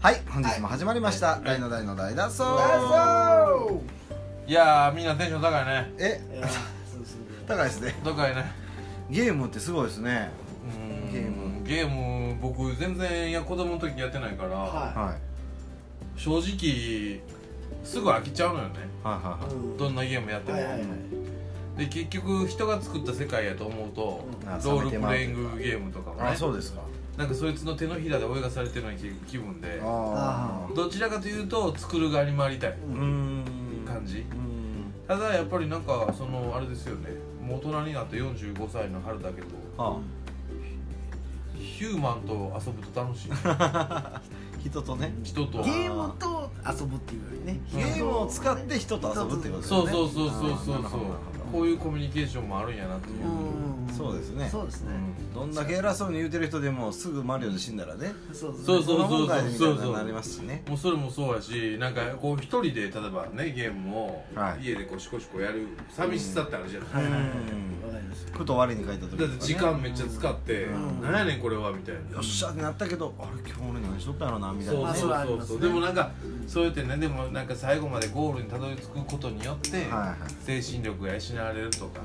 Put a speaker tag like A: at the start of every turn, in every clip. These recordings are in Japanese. A: はい本日も始まりました「大の大の大脱走」
B: いやーみんなテンション高いね
A: え
C: いやそうですね
A: 高いですね
B: 高いね
A: ゲームってすごいですね
B: うん
A: ゲーム
B: ゲーム僕全然や子供の時やってないから、
C: は
A: はい
B: 正直すぐ飽きちゃうのよね
A: はいはいはいい
C: うん
B: どんなゲームやっても、
C: はいはいはい
B: で結局人が作った世界やと思うと
A: うんあ
B: ロールプレイングゲームとかもね
A: あそうですか
B: なんかそいつの手のひらで泳がされてるような気気分で
A: ああ
B: どちらかというと作る側に回りたい
A: ーうーん
B: 感じ
A: うん
B: ただやっぱりなんかそのあれですよねもう大人になって45歳の春だけど
A: あ
B: ヒューマンと遊ぶと楽 しい
A: 人とね
B: 人と
C: ゲームと遊ぶっていうよりね
A: ゲームを使って人と遊ぶってことですね
B: そうそうそうそうそう
A: あーなる
B: そ
A: ほ
B: う
A: どなる
B: こういうコミュニケーションもあるんやなっていう、
C: うん
A: そうですね
C: そうですね
B: う
A: ほどどんだけ偉そうに言うてる人でもすぐマリオで死んだらね
C: そうですね
B: そうそう
A: ドラゴンガイドみたいなのになりますしね
B: んもうそれもそうやしなんかこう一人で例えばねゲームを
A: はい
B: 家でこうシコシコやる寂しさってあるじゃない、
C: はいはいは
A: うん
C: いわかります
A: ふと我に書いた時とか
B: だ
A: ね
B: って時間めっちゃ使って、
A: うん
B: なんやねんこれはみたい
A: よ
B: な
A: っしゃってなったけどあれ今日俺何しとったんやろなみたい
B: そ
A: な
B: う
A: ね
B: そう
C: まあそれはあり
B: そう
C: ます
B: そう
C: ね
B: でもなんかそうやってねでもなんか最後までゴールにたどり着くことによって、
A: はいはい
B: 精神力が養われる とか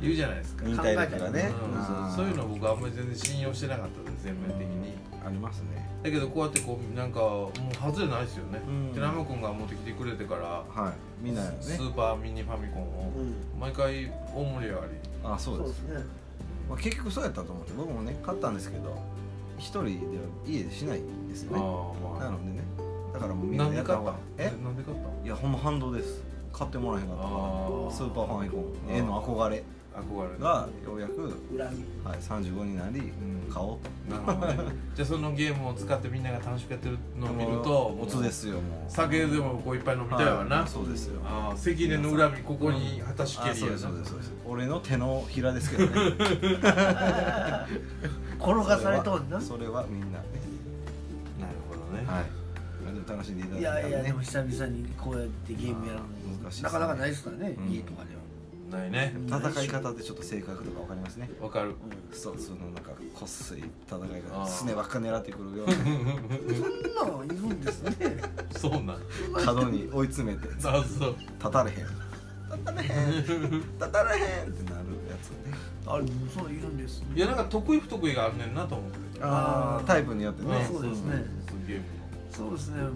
B: 言うじゃないですか、
A: みたいだからね
B: うん
A: あー
B: そうそういうの僕あんまり全然信用してなかったです全面的に
A: ありますね
B: だけどこうやってこうなんかもう外れないですよね、
A: うん
B: 寺山君が持ってきてくれてから、
A: はいみんなね
B: スーパーミニファミコンを
C: うん
B: 毎回大盛り上がり
A: あそう
C: そ
A: で
C: うですすね
A: まあ、結局そうやったと思って僕もね買ったんですけど一人では家でしないんですよね
B: あ
A: なのでねだからもうみん
B: な
A: なん
B: で
A: や
B: 買
A: っ
B: った
A: た方が
B: の
A: え
B: なんで買っ
A: いやほんま反動です買ってもらえへんかったた
B: の
A: か
B: あ
A: らスーパーファンイコ
B: あ
A: ン
B: ー
A: への憧れ
B: あ憧れる
A: がようやく、
C: 恨み
A: はい、35になり
B: うん
A: 買おう
B: なるほどねじゃあそのゲームを使ってみんなが楽しくやってるのを見ると
A: おつですすよもう
B: 酒でもこういっぱい飲みたいわな、
A: はいそうですよ
B: ああ積年の恨みここに果たし
A: あ
B: き
A: そう
B: りや
A: です
B: な
A: そうですそうです俺の手のひらですけどね
C: 転がされとんな
A: それはみんなね
B: なるほどね、
A: はいまあでも楽しんでいただけたら
C: いや
A: ね
C: いやでも久々にこうやってゲームやるの
A: あー難しいっすね
C: なかなかないですからね
A: うん
C: 家とかでは
B: ないね
A: 戦い方ってちょっと性格とかわかりますね
B: わかる
A: スト2のなんかこっすい戦い
B: あ
A: 方
B: ー
A: すねばっか狙ってくるよう
C: うんそんなんいるんですね
B: そうなん
A: な角に追い詰めて立
B: あそう
A: たれへん立たれへん立たれへんってなるやつね
C: あそういるんですね
B: いやなんか得意不得意があるねんなと思って
A: あ
C: あー
A: あタイプによってね
C: まあそうですね
B: ゲーム
C: そうですねもう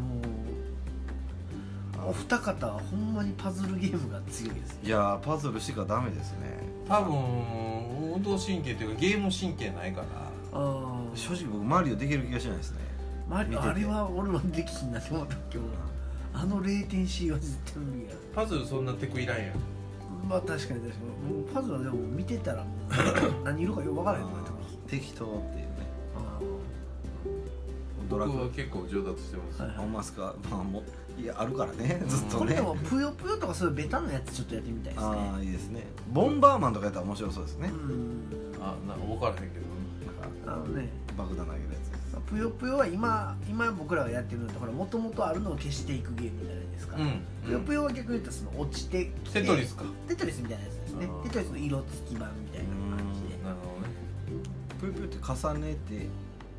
C: お二方はほんまにパズルゲームが強いです
A: いやーパズルしかダメですね
B: 多分運動神経というかゲーム神経ないから
C: ああ
A: 正直僕マリオできる気がしないですね
C: マリ
A: 見
C: オ
A: てて
C: あれは俺もできひんなって思った今日あの0点 C は絶対無理や
B: パズルそんなテクいらんやん
C: まあ確かに確かにもうパズルはでも見てたらも う何色かよく分からへんようになってます
A: 適当っていうね
C: あ
A: ドラク
B: 僕は
A: エ
B: 結構上達してます
C: ーはい
A: あ
C: はい
A: んますかまあもういやあるからねずっと
C: これ
A: ね
C: でもぷよぷよとかそういうベタなやつちょっとやってみたいですね
A: ああいいですねボンバーマンとかやったら面白そうですね
C: うん
B: あな分からへんけど
A: なんか
C: あのね
A: 爆弾投げるやつです
C: ぷよぷよは今今僕らがやってるのってほらもともとあるのを消していくゲームじゃないですか、ぷよ
B: うん
C: ぷよは逆に言うとその落ちてきて
B: テトリスか
C: テトリスみたいなやつですね
B: あー
C: テトリスの色付き版みたいな感じで
B: なるほどね
A: ぷよぷよって重ねて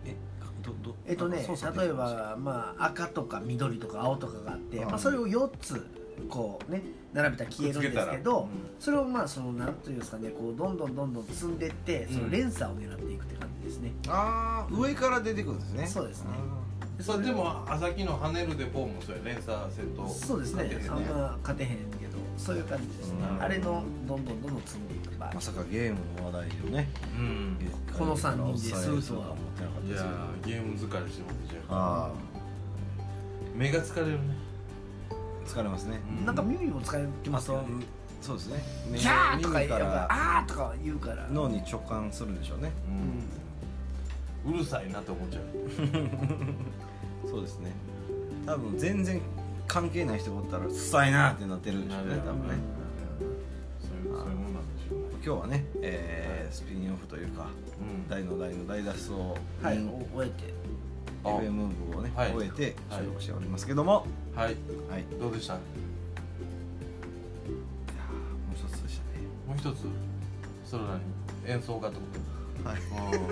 A: えどど
C: えっとね
A: 操作で
C: 例
A: き
C: え
A: るかもしれない
C: ば、まあ、赤とか緑とか青とかがあって、
A: うん
C: まあ、それを4つこうね並べたら消えるんですけど、
B: くっつけたら
C: それをまあそのなんというんですかねこうどんどんどんどん積んでってその連鎖を狙っていくって感じですね、
A: ああ上から出てくるんですね
C: そうですね
A: あ
C: で
B: そ
C: そ
B: れ
C: れ
B: でもあさっきの跳ねるでポーもそうや連鎖セット
C: そうです
B: 立
C: ね
B: てて
C: あんま勝てへんけどそういう感じですね
B: うん
C: あれのどんどんどんどん積んでいく場合
A: ーまさかゲームの話題をね
B: うん
C: この三人で
A: 抑えるとは思ってなかった
B: い
A: で
B: や
A: すけど
B: ーゲーム疲れしてますじゃあ
A: あ
B: 目が疲れるね
A: あ疲れますね
B: う
C: なんか耳も使えてますよ、ね、
A: そうですねね
C: ギャーとか
A: 耳
C: 言えば
A: から
C: あーとか言うから
A: 脳に直感するんでしょうね
B: うんうるさいなと思っちゃう
A: そうですね多分全然関係ない人がおったら「うっさいな」ってなってるんでしょうね
B: なる
A: 多分ね
B: そういうそういうもんなんでしょうね
A: 今日はね、えースピンオフというか
B: うん
A: 大の大の大脱走
C: はい
A: in
C: お終えて
A: FM 部をね、
B: はい
A: 終えて
B: はい
A: 収録しておりますけども、
B: はい
A: はい、
B: どうでしたも
A: いやーもう一つでしたね
B: う一つそれ何演奏家ってこと
A: はい
B: あー
A: もっ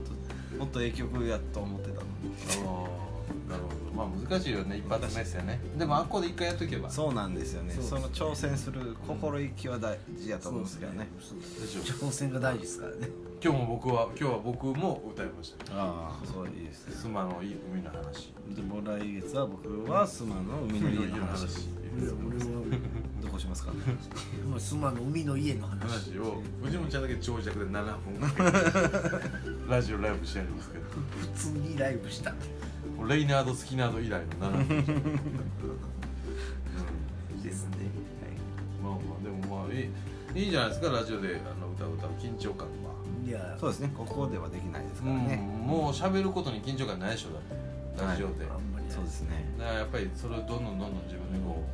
A: ともっとええ曲やと思ってたのに
B: あ難しいよね一発目っすよねでもあっこで一回やっとけば
A: そうなんですよね
C: そ
A: そう
C: ですね
A: の挑戦する心意気は大事やと思うんですけどね
C: そうですね
B: 大丈夫
C: 挑戦が大事ですからね
B: 今日も僕は今日は僕も歌いました
A: ああそういいですね
B: 妻のいい海の話
A: でも来月は僕はスマの海の家の話
C: 俺は俺は
A: どこしますか
C: まあ妻の海の家の話
B: 話を藤本ちゃんだけ長尺で7分ラジオライブしてありますけど
C: 普通にライブした
B: もうレイナード・スキナード以来の7分うん
C: ですね
B: まあまあでもまあいいいいじゃないですかラジオであの歌を歌う緊張感は、
C: いや
A: そうですねここではできないです
B: う
A: から
B: ん
A: ね、
B: もう喋ることに緊張感ないでしょだってラジオで、
C: あんまりない
A: そうですね
B: だからやっぱりそれをどんどんどんどん自分でこ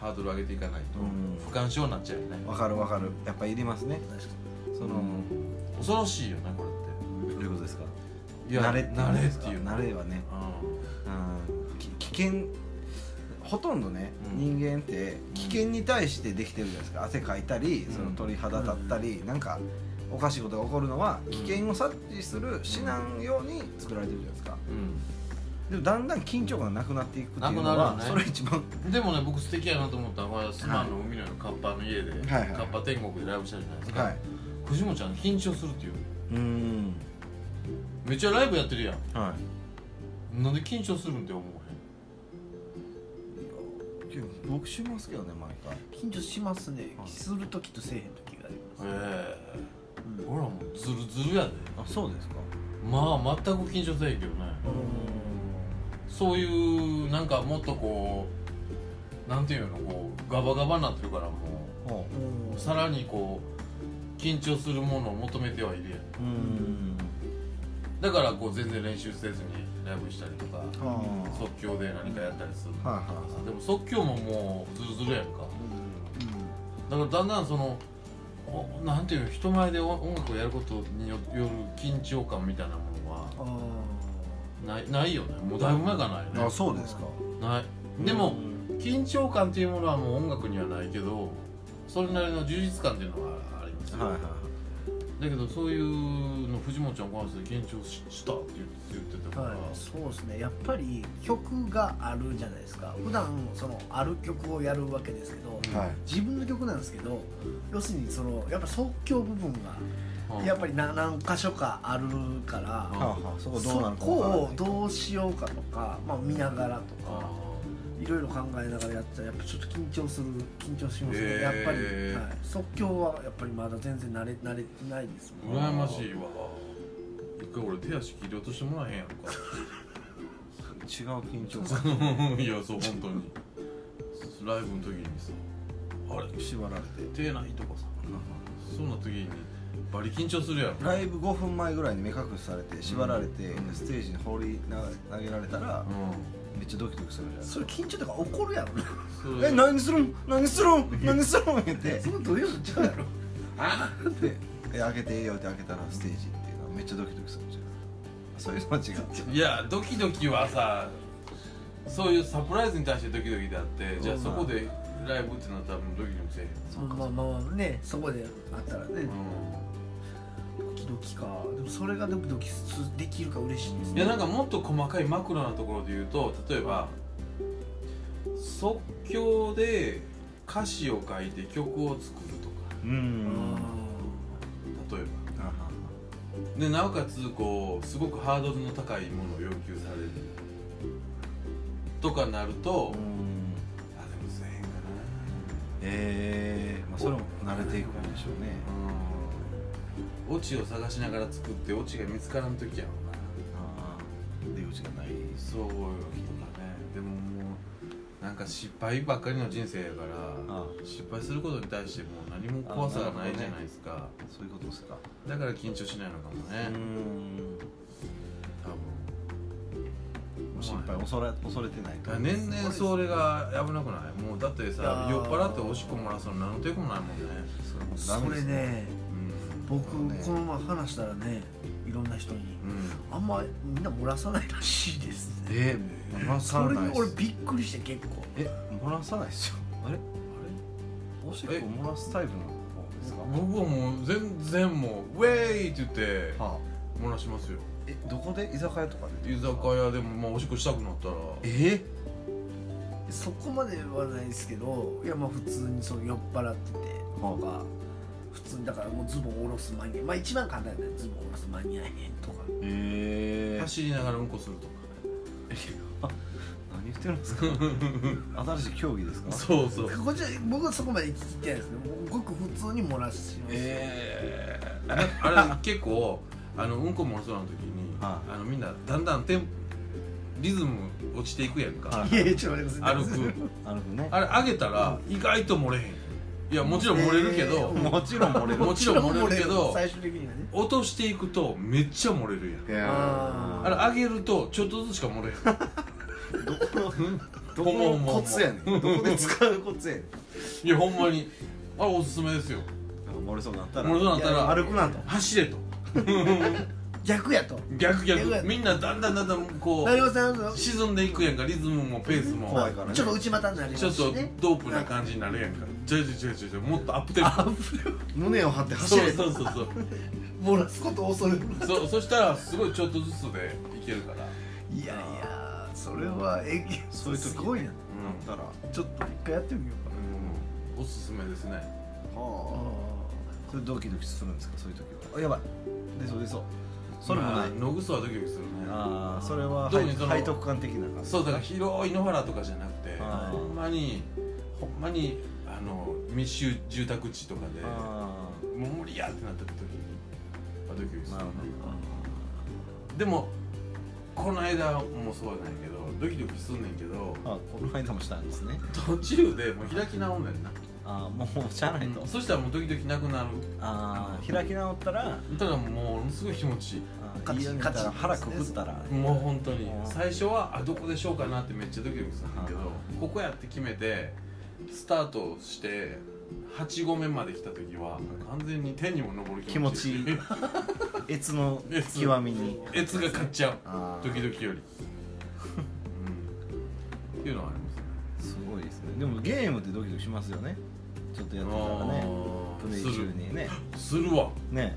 B: うハードル上げていかないと
A: うん
B: 不干渉になっちゃうよね
A: わかるわかるやっぱいりますね
C: 確か
A: その、
B: うん恐ろしいよねこれっ
A: どういうことですか
B: ていや
A: 慣れ
B: 慣れっていうの
A: 慣れはね、うん、き危険ほとんどね、
B: うん
A: 人間って危険に対してできてるじゃないですか汗かいたり
B: うん
A: その鳥肌立ったり、なんかおかしいことが起こるのは危険を察知する指南ように作られてるじゃないですか
B: うん、
A: でもだんだん緊張感がなくなっていくっていうの
B: なくなるよ
A: は、
B: ね
A: それ一番
B: うん、でもね僕素敵やなと思ったのはスマの海のカッパの家で、
A: はいはい
B: カッパ天国でライブしたじゃないですか、
A: はい
B: 藤本ちゃん緊張するっていう
A: うん
B: めっちゃライブやってるや
A: は
B: んなんで緊張するんって思う
A: いや僕しますけどね毎回
C: に緊張しますね
A: はい
C: する時とせえへん時がありま
B: へんえ
C: す、うん
B: え俺らもうズルズルやで
A: あそうですか
B: まあ全く緊張せえへんけどねそういうなんかもっとこうなんていうのこうガバガバになってるからも
A: ほう
C: うん
B: うさらにこう緊張するものを求めてはいるやん
A: うん
B: だからこう全然練習せずにライブしたりとか
A: ああ
B: 即興で何かやったりする
A: はいはいはい
B: でも即興ももうズルズルやんか
C: う
B: だからだんだんそのおなんていうの人前で音音楽をやることによよる緊張感みたいなもの
C: ん
B: は
C: あ
B: ないないよねもうだいぶ前からないよ
A: あ
B: ね
A: そうですか
B: ないでも緊張感っていうものはもう音楽にはないけどそれなりの充実感っていうのはありますよ、
A: はいはい
B: だけどそういうの藤本ちゃんこの話で緊張ししたって言って言ってたから、
C: はい、そうですねやっぱり曲があるじゃないですか普段そのある曲をやるわけですけど
B: はい
C: 自分の曲なんですけど要するにそのやっぱ即興部分
B: う
C: が
B: ん
C: やっぱりな何箇所かあるから、
A: はあはあそこどうな
C: そ
A: るか
C: こ
A: わから
C: を
A: ない
C: どうしようかとか、まあ、見ながらと
B: あ
C: かいろいろ考えながらやったらやっぱちょっと緊張する緊張しますね、
B: へー
C: やっぱり、はい、即興はやっぱりまだ全然慣れ慣れてないです
B: ー
C: もん
B: 羨ましいわ一回俺手足切り落としてもらえへんやんか
A: 違う緊張感
B: いやそう本当にライブの時にさあれ
A: 縛られて
B: 手ないとかさそんな時にバリ緊張するやろ
A: ライブ5分前ぐらいに目隠しされて縛られて、
B: うん
A: ステージに放りな投げられたら、めっちゃドキドキするじゃないです
C: そ
A: か
C: れ緊張とか起こるやろな
B: うん
A: え何するん何する ん何するん言って
C: そのどういうのちゃうやろ
A: で「え開けてええよ」って開けたらステージっていうのはめっちゃドキドキするじゃないですかそういうのは違う
B: いやドキドキはさそういうサプライズに対してドキドキであってじゃあそこでライブってなったらもうドキドキせえへん
A: そうか
C: まあまあまあねそこであったらね
B: う
C: ドキドキかでもそれがドキドキすできるか嬉しいです
B: んい
C: ね
B: やなんかもっと細かいマクロなところで言うと例えば即興で歌詞を書いて曲を作るとか
A: う
C: あ
A: ん
C: ー
B: 例え
A: あ
B: ば
A: はは
B: でなおかつこうすごくハードルの高いものを要求されるとかなると、
A: うん
B: あでもせえへんか
A: ええまあ、それも慣れていくんでしょうね
B: なうんオチを探しながら作ってオチが見つからん時やろうな
A: ああ出口がない
B: そうよとかねでももうなんか失敗ばっかりの人生やから
A: あ
B: 失敗することに対してもう何も怖さがないじゃないですか、
A: あそういうことですか
B: だから緊張しないのかも
A: う
B: ね、
A: ん
B: 多分
A: もう心配恐れ恐れてない
B: だ
A: と
B: から年々それが危なくないもうだってさ
C: いやー
B: 酔っ払っておしっこ漏らすの何の抵抗もないもんね
A: それもダ
C: そ
A: メで
C: れ
A: すね
C: ね
B: う
C: 僕
A: そうね
C: この前話したらねいろんな人に
B: ん、うん、
C: あんまみんな漏らさないらしいですね
A: ええ漏らさ
C: それ
A: な
C: に
A: い
C: 俺
A: っす
C: びっくりして結構
A: え漏らさないっすよあれ
B: あ
A: おしっこ漏らすタイプの方ですか
B: れ僕はもう全然もう「ウェーイ!」って言って
A: は
B: 漏らしますよ
A: ええどこで居酒屋とかで
B: 居酒屋でもまあおしっこしたくなったら
A: え
C: そこまではないですけどいやまあ普通にその酔っ払っててとか普通にだからもうズボン下ろす間に合いまあ一番簡単なズボン下ろす間に合えへんとか
A: ええ
B: 走りながらうんこするとか
A: 何言ってるんですか新しい競技ですか
B: そうそう
C: こっちは僕はそこまで聞きたいですけどごく普通に漏らします
B: ええあれ結構あのうんこもそうな時にあ
A: は
B: のみんなだんだんテンリズム落ちていくやんか
A: はい
C: やいやちょっと待ってください
B: 歩く
A: なるほどね
B: あれ上げたら意外と漏れへんいやもちろん漏れるけど
C: えー
A: もちろん漏れる
B: もちろん漏れるけど
C: 最終的にはね
B: 落としていくとめっちゃ漏れるやん
A: いやー
B: あれ上げるとちょっとずつしか漏れへん
A: どこのどこのコツ やねんどこで使うコツやねん
B: いやほんまにあれおすすめですよ
A: なんか漏れそうになったら
B: 漏れそうになったら
A: いや歩くなと
B: 走れと
C: 逆やと
B: 逆
C: 逆や
B: 逆みんなだんだんだんだんこ
C: 成尾さんは
B: う沈んでいくやんかリズムもペースも
A: 怖いからね
C: ちょっと内股になりま
B: ちょ
C: す
B: っと
C: しね
B: ドープな感じになるやんか違う違う違う違うもっとアップテンポ
A: 胸を張って走
B: そう
A: れ
B: そうそうそう
C: 漏らすこと恐れる
B: そうそしたらすごいちょっとずつでいけるから
C: いやいやそれはえげ
A: そういう時
C: すごいな
A: なったら
C: ちょっと一回やってみようか
B: うんおすすめですね
A: は
C: あ
A: あそれドキドキするんですかそういう時はあやばい出そう出そうそれも
B: ま
A: な
B: あ
A: い
B: 野草はドキドキするね
A: ああそれは
B: 特
A: 背
B: にその
A: 背徳感的な感じ
B: そうだから広い野原とかじゃなくて
A: あー
B: ほんまにほんまにあの密集住宅地とかでも
A: あ
B: う無理やってなった時にまあドキドキ
A: あ
B: す
A: な
B: る
A: るほ
B: でもこの間もそうなんやけどドキドキすんねんけど
A: どあこの間もしたんですね
B: 途中でもう開き直んねんな、
A: ああもうしゃあないと、
B: うんそしたらもうドキドキなくなる
A: ああ開き直ったら
B: ただもうすごい気持ちいい
A: あ
C: カ
A: ー
C: チ
A: 家にいた
C: カチ
A: ら腹くくったら
B: もう本当に
A: あー
B: 最初はあどこでしょうかなってめっちゃドキドキするんだけど
A: あ
B: ここやって決めてスタートして8合目まで来た時は完全に天にも昇る気
A: 気
B: 持
A: 持
B: ち
A: ち
B: い
A: い
B: い
A: い越の極みに
B: 熱が勝っちゃう
A: ああ
B: ドキドキよ り、うん、っていうのはありますね
A: すごいですねでもゲームってドキドキしますよねちょっとやってたらね
B: あ
A: プ
B: ー
A: レイ
B: す
A: 中
B: る
A: にね
B: するわ
A: ね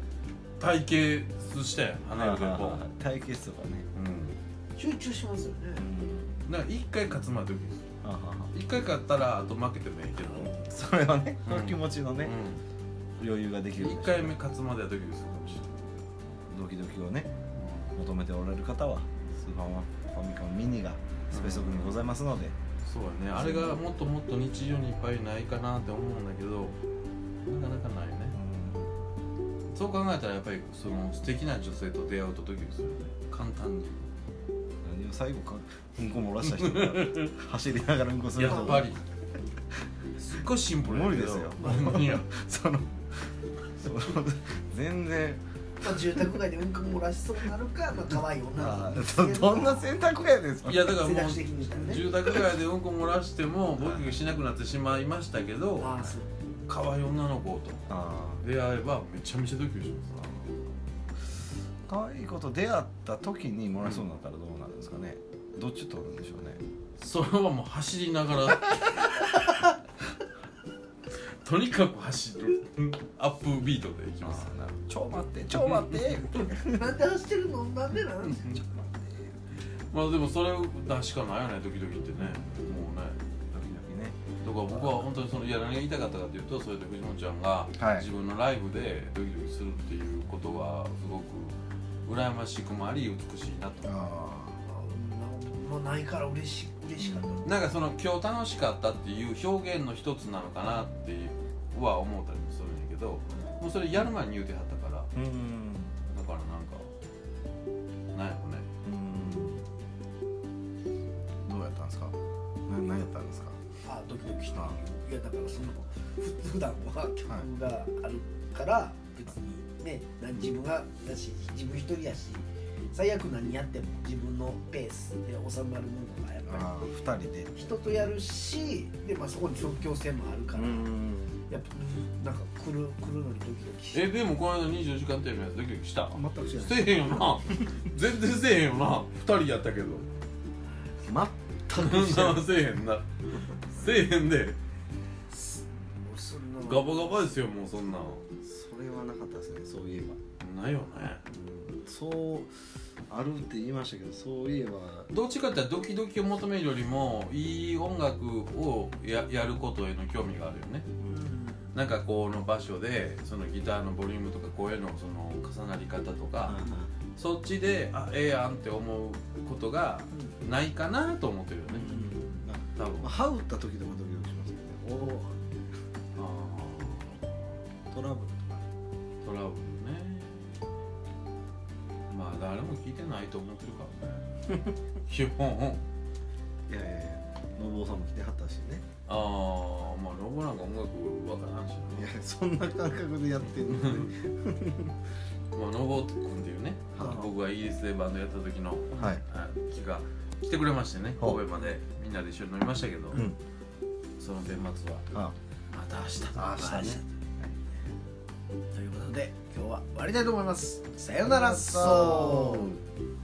B: 体型して離れて
A: はいはい
B: こ
A: は
B: う
A: い対決とかね
B: うん
C: 集中しますよね
A: うん
B: だから1回勝つまでドキドキす
A: あはは
B: る1回勝ったらあと負けてもいいけど、
A: それはね、
B: うん
A: その気持ちのね、
B: う
A: 余裕ができ
B: ん、
A: る
B: 1回目勝つまではドキドキするかもしれない
A: ドキドキをね求めておられる方はスーパーマンファミコンミニがスペースオフにございますので、
B: そうやねあれがもっともっと日常にいっぱいないかなって思うんだけどなかなかないねそう考えたらやっぱりその素敵な女性と出会うとドキドキするよね簡単に
A: 何を最後かうんこ漏らした人が 走りながらうんこする
B: や
A: と
B: っぱりすっごいシンプルやけど
A: 無理ですよ
B: ほんまにや
A: そのその全然
C: まあ、住宅街でうんこ漏らしそうになるか、まあ可愛い女の
A: あ
C: 子ですけ
A: ーどどんな選択やねんそれ
B: いやだか ら
C: 選
B: も
C: 択肢的
B: う
C: にしたらね
B: 住宅街でうんこ漏らしてもドキドキしなくなってしまいましたけど
C: ああそう
B: 可愛い女の子と
A: あ
B: 出会えばめちゃめちゃドキドキします
A: ー可愛い子と出会った時に漏らしそうになったらどうなるんですかねどっちとなんでしょうね
B: それはもう走りながら とにかく走るアップビートでいきます
A: あーなるほどちょ待ってちょ待って
C: なんで走ってるのなんでなん
B: まあでもそれだしかないよね時々ってねもうね
A: ドキドキね
B: だから僕は本当にそのいや何が言いたかったかというとそれで藤本ちゃんが
A: はい
B: 自分のライブでドキドキするっていうことがすごく羨ましくもあり美しいなと
A: あ
C: もうないから嬉し嬉しかった
B: なんかその今日楽しかったっていう表現の一つなのかなっては思ったりもするんやけどもうそれやる前に言うてはったから
A: ーうん
B: だからなんかなんやろね
A: うんどうやったんですかな何やったんですか
C: あドキドキしたいやだからそのふ普段は曲があるから、別にねな自分がだし自分一人やし最悪何やっても自分のペースで収まるものがやっぱ
A: ああ2人で
C: り人とやるしで、まあ、そこに即興性もあるから、
A: ん
C: やっぱなんか来る来るのにドキドキして
B: えでもこの間24時間テレビのやつドキドキした
C: 全く知らない
B: せえへんよな全然せえへんよな2人やったけど
A: 全
B: そ
A: く
B: ん
A: して
B: なせえへんなせえへんで
C: 俺それな
B: ガバガバですよもうそんなん
A: それはなかったですねそういえば
B: ないよね
A: うんそうあるって言いましたけどそういえば
B: どっちかって言ったらドキドキを求めるよりもいい音楽をややることへの興味があるよねなんかこの場所でそのギターのボリュームとか声のその重なり方とか、そっちであええやんって思うことがないかなと思ってるよね
A: ま
B: 多
A: あ
B: 分
A: まあ、
B: あ
A: 羽打った時とかドキドキしますけどねおートラブルとかね
B: ートラブルねまあ誰も聞いてないと思ってるからね 基本
A: いやいやいやのぼうさんも来てはったしね
B: ああまあロボなんか音楽わからんし
A: いや
B: ね
A: そんな感覚でやってんのね
B: まあロボ君っていうね
A: はい
B: 僕がイギリスでバンドやった時の
A: はい
B: あ木が来てくれましてね
A: はあ
B: 神戸までみんなで一緒に飲みましたけど、
A: うん
B: その年末は
A: あ
B: また明日
A: あ明日ね
C: ということで今日は終わりたいと思いますさよならそう